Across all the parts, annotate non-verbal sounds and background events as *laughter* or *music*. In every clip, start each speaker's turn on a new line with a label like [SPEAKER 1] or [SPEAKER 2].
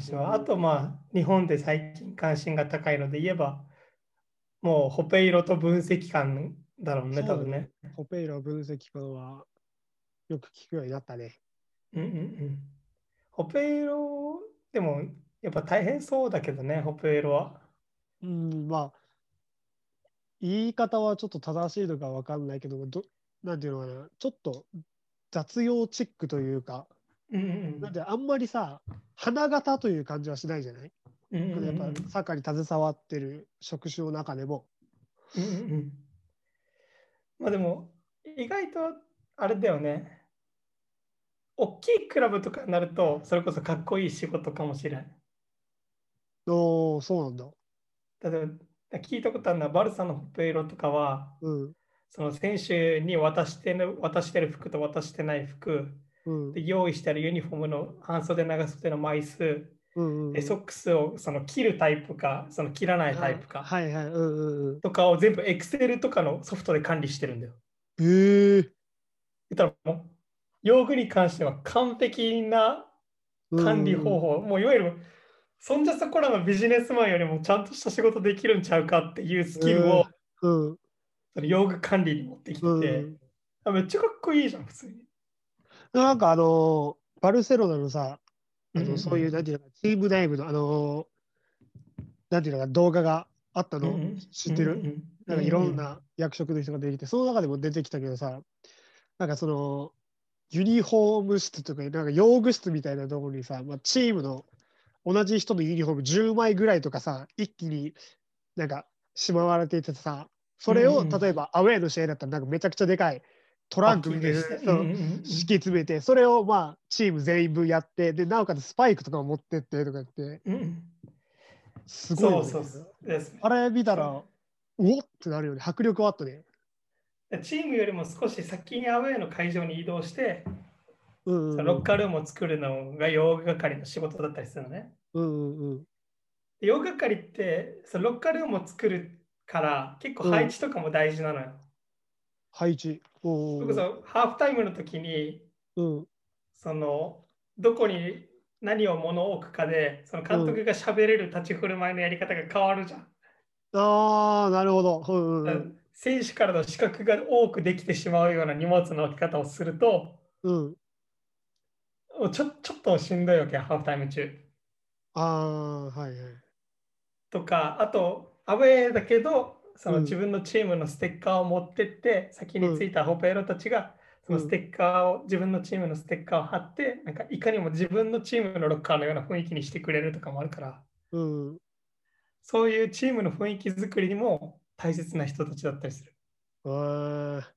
[SPEAKER 1] ちは。あと、まあ、日本で最近関心が高いので言えば、もう、ホペイロと分析官だろうね、
[SPEAKER 2] そう
[SPEAKER 1] 多分ね。
[SPEAKER 2] ホペイロ分析官はよく聞くようになったね。
[SPEAKER 1] うんうんうん。ホペイロ、でも、やっぱ大変そうだけどね、ホペイロは。
[SPEAKER 2] うん、まあ、言い方はちょっと正しいのかわかんないけど、どなんていうのかな、ちょっと雑用チックというか、
[SPEAKER 1] うん
[SPEAKER 2] なんであんまりさ、花形という感じはしないじゃない、
[SPEAKER 1] うんうん。うんう
[SPEAKER 2] やっ
[SPEAKER 1] ん
[SPEAKER 2] ぱサッカーに携わってる職種の中でも。
[SPEAKER 1] うんうんうんまあでも、意外とあれだよね。大きいクラブとかになると、それこそかっこいい仕事かもしれない。
[SPEAKER 2] おー、そうなんだ。
[SPEAKER 1] 例えば、聞いたことあるのは、バルサのホペイロとかは、
[SPEAKER 2] うん。
[SPEAKER 1] その選手に渡してる渡してる服と渡してない服、
[SPEAKER 2] うん。
[SPEAKER 1] で用意してあるユニフォームの半袖長袖の枚数、
[SPEAKER 2] うんうん、
[SPEAKER 1] でソックスをその切るタイプか、その切らないタイプか、
[SPEAKER 2] はいはい。うんうんうん。
[SPEAKER 1] とかを全部 Excel とかのソフトで管理してるんだよ。
[SPEAKER 2] ええ
[SPEAKER 1] 言ったらもう用具に関しては完璧な管理方法、
[SPEAKER 2] 法。
[SPEAKER 1] もういわゆるそんじゃそこらのビジネスマンよりもちゃんとした仕事できるんちゃうかっていうスキルを、
[SPEAKER 2] うん。
[SPEAKER 1] その用具管理に持ってきてて、
[SPEAKER 2] うん、
[SPEAKER 1] あめっちゃかっこいいじゃん、普通に。
[SPEAKER 2] なんかあのーバルセロナのさ、あ
[SPEAKER 1] うんうんう
[SPEAKER 2] の
[SPEAKER 1] ん
[SPEAKER 2] そういう、なんていうのか、チーム内部の、あのーなんていうのか、動画があったの、知ってる、なんかいろんな役職の人が出てきて、その中でも出てきたけどさ、なんかその、ユニフォーム室とか、なんか用具室みたいなところにさ、まあ、チームの同じ人のユニフォーム10枚ぐらいとかさ、一気になんかしまわれていてさ、それ
[SPEAKER 1] うんう
[SPEAKER 2] を
[SPEAKER 1] ん
[SPEAKER 2] 例えばアウェーの試合だったら、なんかめちゃくちゃでかいトランクみたいな
[SPEAKER 1] パッキングして
[SPEAKER 2] そう
[SPEAKER 1] うんうんうん
[SPEAKER 2] 敷き詰めて、それをまあチーム全員分やって、で、なおかつスパイクとかも持ってってとかって、
[SPEAKER 1] うんうん
[SPEAKER 2] すごい
[SPEAKER 1] そ
[SPEAKER 2] よ
[SPEAKER 1] う
[SPEAKER 2] ね、
[SPEAKER 1] そうそうです
[SPEAKER 2] あれ見たら、うおっってなるよね、迫力はあったね。
[SPEAKER 1] チームよりも少し先にアウェーの会場に移動して、
[SPEAKER 2] うんう
[SPEAKER 1] そ
[SPEAKER 2] んうん
[SPEAKER 1] のロッカールームを作るのが用具係の仕事だったりするのね。
[SPEAKER 2] うんうんうん。
[SPEAKER 1] で洋楽係ってそのロッカールームを作るから結構配置とかも大事なのよ。
[SPEAKER 2] 配置。
[SPEAKER 1] そ
[SPEAKER 2] おー
[SPEAKER 1] れこそハーフタイムの時に
[SPEAKER 2] うん。
[SPEAKER 1] そのどこに何を物を置くかでその監督が喋れる立ち振る舞いのやり方が変わるじゃん。
[SPEAKER 2] ああ、なるほど。うんうんう
[SPEAKER 1] だから
[SPEAKER 2] ん。
[SPEAKER 1] 選手からの資格が多くできてしまうような荷物の置き方をすると
[SPEAKER 2] うん、
[SPEAKER 1] もうちょちょっとしんどいわけハーフタイム中。
[SPEAKER 2] ああ、はいはい。
[SPEAKER 1] とかあとアウェーだけどそうの
[SPEAKER 2] ん
[SPEAKER 1] 自分のチームのステッカーを持ってって、先についたホペイロたちがその
[SPEAKER 2] うん
[SPEAKER 1] ステッカーを、自分のチームのステッカーを貼ってなんかいかにも自分のチームのロッカーのような雰囲気にしてくれるとかもあるから
[SPEAKER 2] うん。
[SPEAKER 1] そういうチームの雰囲気作りにも大切な人たちだったりする
[SPEAKER 2] ああ。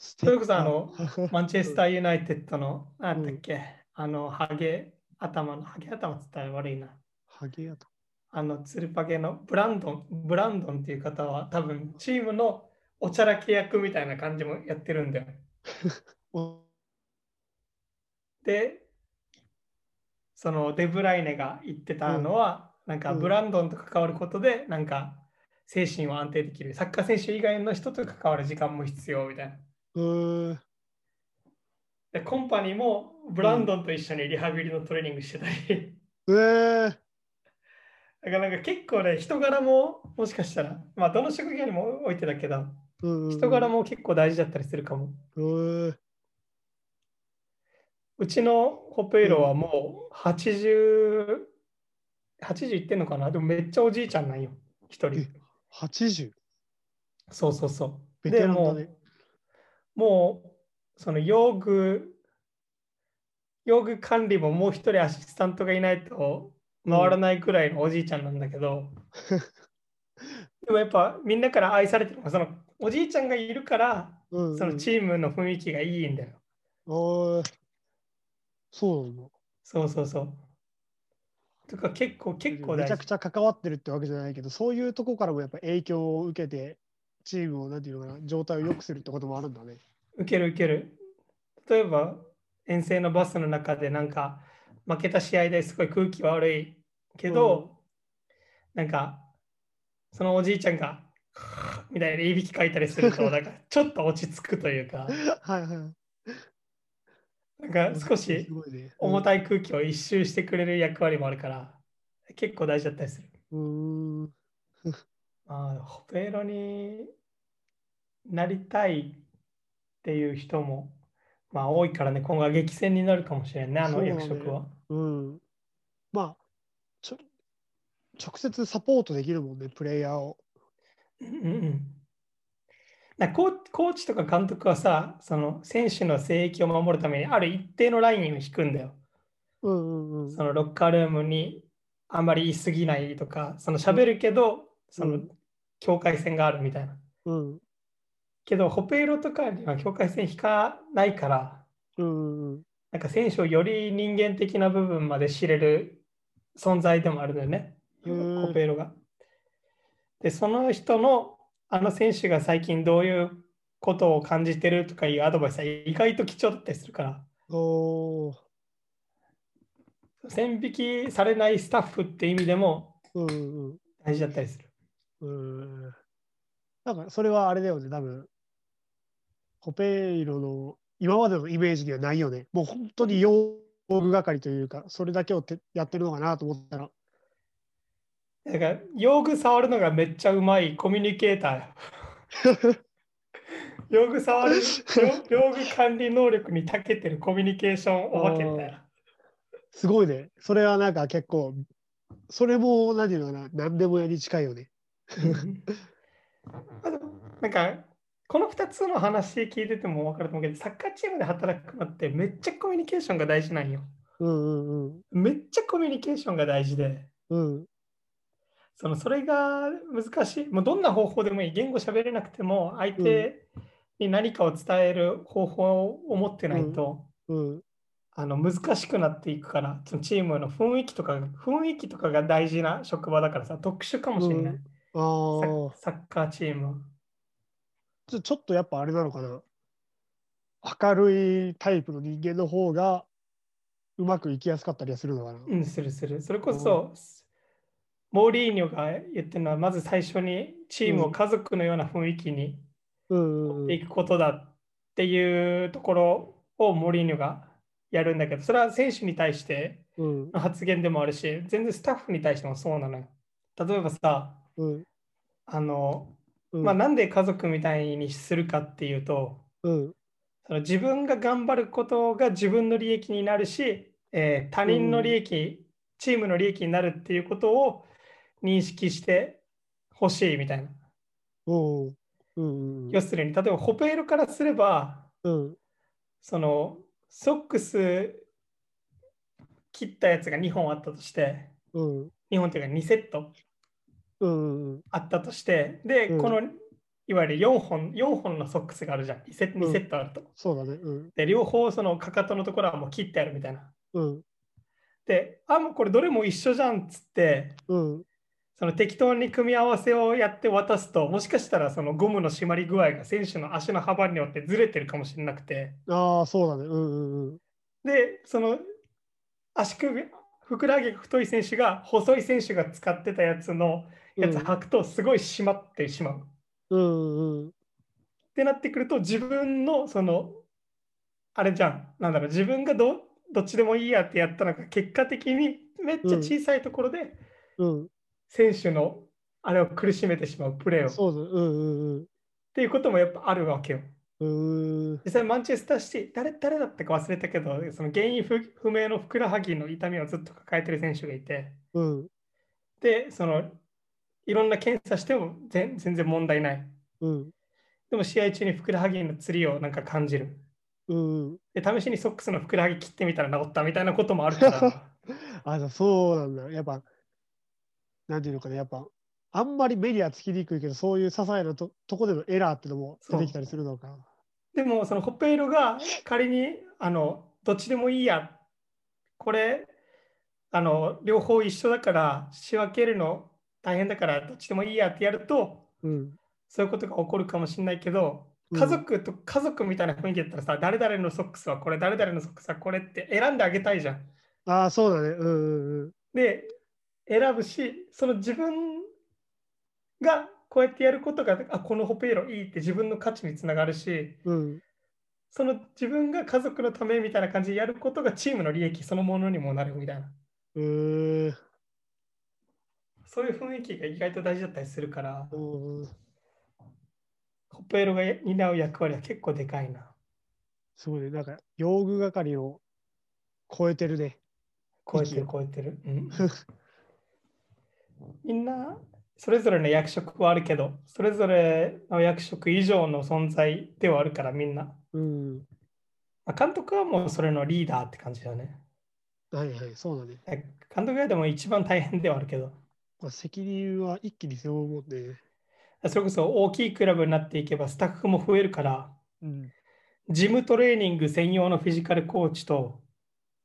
[SPEAKER 2] そ
[SPEAKER 1] それこそあのマンチェスタ
[SPEAKER 2] ー。
[SPEAKER 1] ーユナイテッドのなんだっけ、あのハゲ頭のハゲ頭っつったら悪いな
[SPEAKER 2] *laughs* ハゲやと。
[SPEAKER 1] あの、ツルパゲのブランドン、ブランドンっていう方は多分チームのおちゃらけ役みたいな感じもやってるんだよ。
[SPEAKER 2] お
[SPEAKER 1] で、そのデブライネが言ってたのは、なんか
[SPEAKER 2] うん
[SPEAKER 1] ブランドンと関わることで、なんか精神を安定できる。サッカー選手以外の人と関わる時間も必要みたいな。
[SPEAKER 2] うーん。
[SPEAKER 1] で、コンパニーもブランドンと一緒にリハビリのトレーニングしてたり、
[SPEAKER 2] えー、
[SPEAKER 1] だからなんか結構ね、人柄ももしかしたら、まあどの職業にもおいてだけど、
[SPEAKER 2] うんうん。
[SPEAKER 1] 人柄。も結構大事だったりするかも。
[SPEAKER 2] うーん。
[SPEAKER 1] うちのホペイロはもう80、80いってんのかなでもめっちゃおじいちゃんなんよ、一人
[SPEAKER 2] え。80。
[SPEAKER 1] そうそうそう。
[SPEAKER 2] ベテ
[SPEAKER 1] で
[SPEAKER 2] ランだ
[SPEAKER 1] も
[SPEAKER 2] ね
[SPEAKER 1] う、。もう、その用具、用具管理ももう一人アシスタントがいないと回らないくらいのおじいちゃんなんだけど、でもやっぱみんなから愛されてるのがそのおじいちゃんがいるから、
[SPEAKER 2] うん、うん。
[SPEAKER 1] そのチームの雰囲気がいいんだよ。
[SPEAKER 2] おーそうなの。
[SPEAKER 1] そうそうそう。とか結構、結構
[SPEAKER 2] め
[SPEAKER 1] 大
[SPEAKER 2] ち
[SPEAKER 1] 事
[SPEAKER 2] ゃく。ちゃ関わってるってわけじゃないけど、そういうとこからもやっぱ影響を受けて、チームをなんていうのかな、状態を良くするってこともあるん
[SPEAKER 1] *laughs*
[SPEAKER 2] だね。
[SPEAKER 1] 受ける受ける。例えば遠征のバスの中でなんか負けた試合ですごい空気悪いけど、なんかそのおじいちゃんがみたいないびきかいたりするとなんかちょっと落ち着くというか
[SPEAKER 2] はいはい。
[SPEAKER 1] なんか少し
[SPEAKER 2] すごいね。
[SPEAKER 1] 重たい空気を一周してくれる役割もあるから、結構大事だったりする。
[SPEAKER 2] うん。う
[SPEAKER 1] あーホペロになりたいっていう人も、まあ、多いからね、今後は激戦になるかもしれんね、あ
[SPEAKER 2] そ
[SPEAKER 1] の
[SPEAKER 2] うだね
[SPEAKER 1] 役職は。
[SPEAKER 2] ーん。うん。まあ、ちょ直接サポートできるもんね、プレイヤーを。
[SPEAKER 1] うんうんうんなんかコーコーチとか監督はさ、その選手の聖域を守るためにある一定のラインを引くんだよ。
[SPEAKER 2] うんうんうん。
[SPEAKER 1] そのロッカールームにあんまり言い過ぎないとか、その喋るけど、その境界線があるみたいな。
[SPEAKER 2] うん
[SPEAKER 1] けど、ホペイロとかには境界線引かないから、
[SPEAKER 2] うんうん。
[SPEAKER 1] なんか選手をより人間的な部分まで知れる存在でもあるんだよね、
[SPEAKER 2] うん
[SPEAKER 1] コペイロが。で、その人の、あの選手が最近どういうことを感じてるとかいうアドバイスは意外と貴重だったりするから、
[SPEAKER 2] おー。
[SPEAKER 1] 線引きされないスタッフって意味でも
[SPEAKER 2] うんうん
[SPEAKER 1] 大事だったりする。
[SPEAKER 2] うん。うん。なんか、それはあれだよね、多分。コペイロの今までのイメージにはないよね。もう本当に用具係というか、それだけをてやってるのかなと思ったら。
[SPEAKER 1] だから、用具触るのがめっちゃうまいコミュニケーターよ。
[SPEAKER 2] *laughs*
[SPEAKER 1] 用具触る、用用具管理能力に長けてるコミュニケーションお化けみたいな。
[SPEAKER 2] すごいね。それはなんか結構、それも何ていうのかな、何でもやに近いよね。
[SPEAKER 1] あとなんか、この2つの話聞いてても分かると思うけど、サッカーチームで働くのってめっちゃコミュニケーションが大事なんよ。
[SPEAKER 2] うんうんうん。
[SPEAKER 1] めっちゃコミュニケーションが大事で、
[SPEAKER 2] うん
[SPEAKER 1] そのそれが難しい。もうどんな方法でもいい。言語喋れなくても、相手に何かを伝える方法を持ってないと、
[SPEAKER 2] うん
[SPEAKER 1] あの難しくなっていくから、そのチームの雰囲気とか、雰囲気とかが大事な職場だからさ、特殊かもしれない。
[SPEAKER 2] うんあー
[SPEAKER 1] ササッカーチームは。
[SPEAKER 2] ちょちょっとやっぱあれなのかな明るいタイプの人間の方がうまくいきやすかったりはするのかな、
[SPEAKER 1] うん、するする。それこそ、モーリーニョが言ってるのは、まず最初にチームを家族のような雰囲気に
[SPEAKER 2] うんうんうん、
[SPEAKER 1] いくことだっていうところをモーリーニョがやるんだけど、それは選手に対して
[SPEAKER 2] うん
[SPEAKER 1] の発言でもあるし、全然スタッフに対してもそうなのよ。例えばさ、
[SPEAKER 2] うん
[SPEAKER 1] あの、
[SPEAKER 2] うん
[SPEAKER 1] まあ、なんで家族みたいにするかっていうと、
[SPEAKER 2] うん
[SPEAKER 1] その自分が頑張ることが自分の利益になるし、えー他人の利益、チームの利益になるっていうことを認識してほしいみたいな。
[SPEAKER 2] おううんうん
[SPEAKER 1] 要するに、例えばホペールからすれば、
[SPEAKER 2] うん
[SPEAKER 1] そのソックス切ったやつが2本あったとして、
[SPEAKER 2] うん
[SPEAKER 1] 2本というか2セット
[SPEAKER 2] うんうん
[SPEAKER 1] あったとして、で、
[SPEAKER 2] うん
[SPEAKER 1] このいわゆる4本、4本のソックスがあるじゃん。2セット2セットあると。
[SPEAKER 2] そうだねうん
[SPEAKER 1] で、両方そのかかとのところはもう切ってあるみたいな。
[SPEAKER 2] うん
[SPEAKER 1] で、あ、もうこれどれも一緒じゃんっつって、
[SPEAKER 2] うん
[SPEAKER 1] その適当に組み合わせをやって渡すと、もしかしたらそのゴムの締まり具合が選手の足の幅によってずれてるかもしれなくて、
[SPEAKER 2] ああそうだねうんうんうん
[SPEAKER 1] で、その足首、ふくらはぎが太い選手が、細い選手が使ってたやつのやつ履くと、すごい締まってしまう。っ
[SPEAKER 2] うんうん
[SPEAKER 1] てなってくると、自分のその、あれじゃん、なんだろう、自分がどどっちでもいいやってやったのが、結果的にめっちゃ小さいところで、
[SPEAKER 2] うん
[SPEAKER 1] 選手のあれを苦しめてしまうプレーをっ
[SPEAKER 2] そうだねうんうん
[SPEAKER 1] ていうこともやっぱあるわけよ。
[SPEAKER 2] うんうーん
[SPEAKER 1] 実際マンチェスターシティ誰誰だったか忘れたけどその原因不不明のふくらはぎの痛みをずっと抱えてる選手がいて
[SPEAKER 2] うん
[SPEAKER 1] でそのいろんな検査しても全全然問題ない
[SPEAKER 2] うん
[SPEAKER 1] でも試合中にふくらはぎのつりをなんか感じる
[SPEAKER 2] うん
[SPEAKER 1] で試しにソックスのふくらはぎ切ってみたら治ったみたいなこともあるから
[SPEAKER 2] *laughs* あ、じゃあそうなんだ。やっぱ、なんていうのかな、やっぱ、あんまりメディアつきにくいけど、そういう些細なととこでのエラーってのも出てきたりするのか。
[SPEAKER 1] でもそのホペイロが仮にあのどっちでもいいやこれあの両方一緒だから仕分けるの大変だからどっちでもいいやってやると
[SPEAKER 2] うん。
[SPEAKER 1] そういうことが起こるかもしれないけど
[SPEAKER 2] うん
[SPEAKER 1] 家族と家族みたいな雰囲気だったらさ、誰々のソックスはこれ誰々のソックスはこれって選んであげたいじゃん。
[SPEAKER 2] ああ、そうだね。うんうん
[SPEAKER 1] で選ぶしその自分がこうやってやることがあこのホペイロいいって自分の価値につながるし
[SPEAKER 2] うん。うん。
[SPEAKER 1] その自分が家族のためみたいな感じでやることがチームの利益そのものにもなるみたいな。
[SPEAKER 2] うーん
[SPEAKER 1] そういう雰囲気が意外と大事だったりするから、
[SPEAKER 2] うん
[SPEAKER 1] コペーロが担う役割は結構でかいな。
[SPEAKER 2] すごいね。なんか、用具係を超えてるね。
[SPEAKER 1] 超えて
[SPEAKER 2] いい
[SPEAKER 1] る
[SPEAKER 2] よ
[SPEAKER 1] 超えてる。うんみんなそれぞれの役職はあるけど、それぞれの役職以上の存在ではあるからみんな。
[SPEAKER 2] うん。
[SPEAKER 1] まあ、監督はもうそれのリーダーって感じだよね。
[SPEAKER 2] はいはい、そうだね。
[SPEAKER 1] え監督がでも一番大変ではあるけど、
[SPEAKER 2] まあ、責任は一気に背負うもんで、ね。
[SPEAKER 1] それこそ大きいクラブになっていけばスタッフも増えるから、
[SPEAKER 2] うん。
[SPEAKER 1] ジムトレーニング専用のフィジカルコーチと、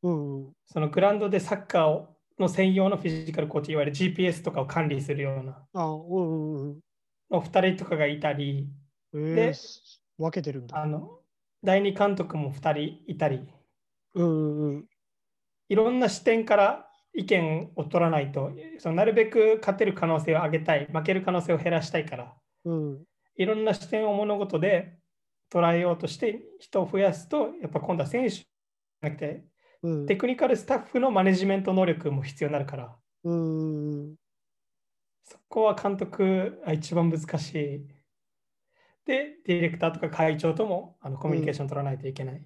[SPEAKER 2] うん、うん。
[SPEAKER 1] そのグラウンドでサッカーをの専用のフィジカルコーチ、いわゆる GPS とかを管理するような
[SPEAKER 2] あ、うんうんうん。
[SPEAKER 1] の2人とかがいたり、
[SPEAKER 2] えー、
[SPEAKER 1] で
[SPEAKER 2] 分けてるんだ。
[SPEAKER 1] あの第二監督も2人いたり、
[SPEAKER 2] うんうんうん。
[SPEAKER 1] いろんな視点から意見を取らないと、そのなるべく勝てる可能性を上げたい、負ける可能性を減らしたいから、
[SPEAKER 2] うん。
[SPEAKER 1] いろんな視点を物事で捉えようとして人を増やすと、やっぱ今度は選手じゃなくて、
[SPEAKER 2] うん。
[SPEAKER 1] テクニカルスタッフのマネジメント能力も必要になるから、
[SPEAKER 2] うんうん
[SPEAKER 1] そこは監督が一番難しい。で、ディレクターとか会長ともあのコミュニケーション取らないといけない。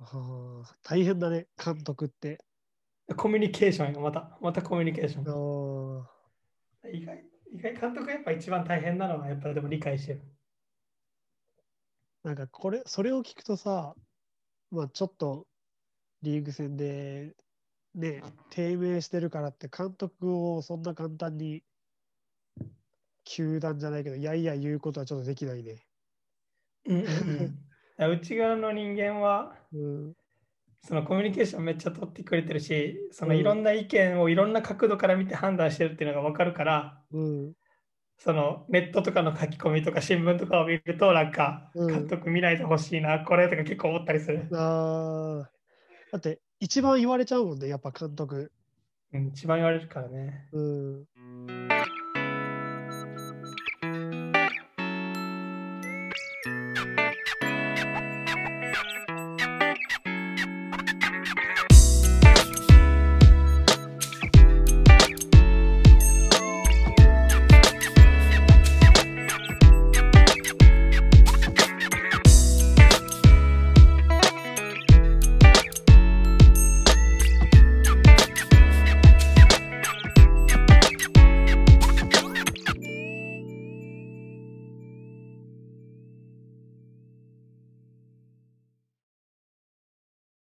[SPEAKER 2] はあ、大変だね、監督って。
[SPEAKER 1] コミュニケーションよ、また、またコミュニケーション
[SPEAKER 2] あ。ー
[SPEAKER 1] 意外、意外監督がやっぱ一番大変なのは、やっぱでも理解してる。
[SPEAKER 2] なんかこれ、それを聞くとさ、まあちょっとリーグ戦で、ね、低迷してるからって監督をそんな簡単に球団じゃないけど、いやいや言うことはちょっとできないね。
[SPEAKER 1] うんうんうん *laughs* だから内側の人間は、
[SPEAKER 2] うん。
[SPEAKER 1] そのコミュニケーションめっちゃ取ってくれてるし、その
[SPEAKER 2] うん
[SPEAKER 1] いろんな意見をいろんな角度から見て判断してるっていうのが分かるから、
[SPEAKER 2] うん。
[SPEAKER 1] そのネットとかの書き込みとか新聞とかを見ると、なんか、
[SPEAKER 2] うん
[SPEAKER 1] 監督見ないでほしいな、これとか結構思ったりする。
[SPEAKER 2] あーだって、一番言われちゃうもんね、やっぱ監督。
[SPEAKER 1] うん、一番言われるからね。
[SPEAKER 2] うん。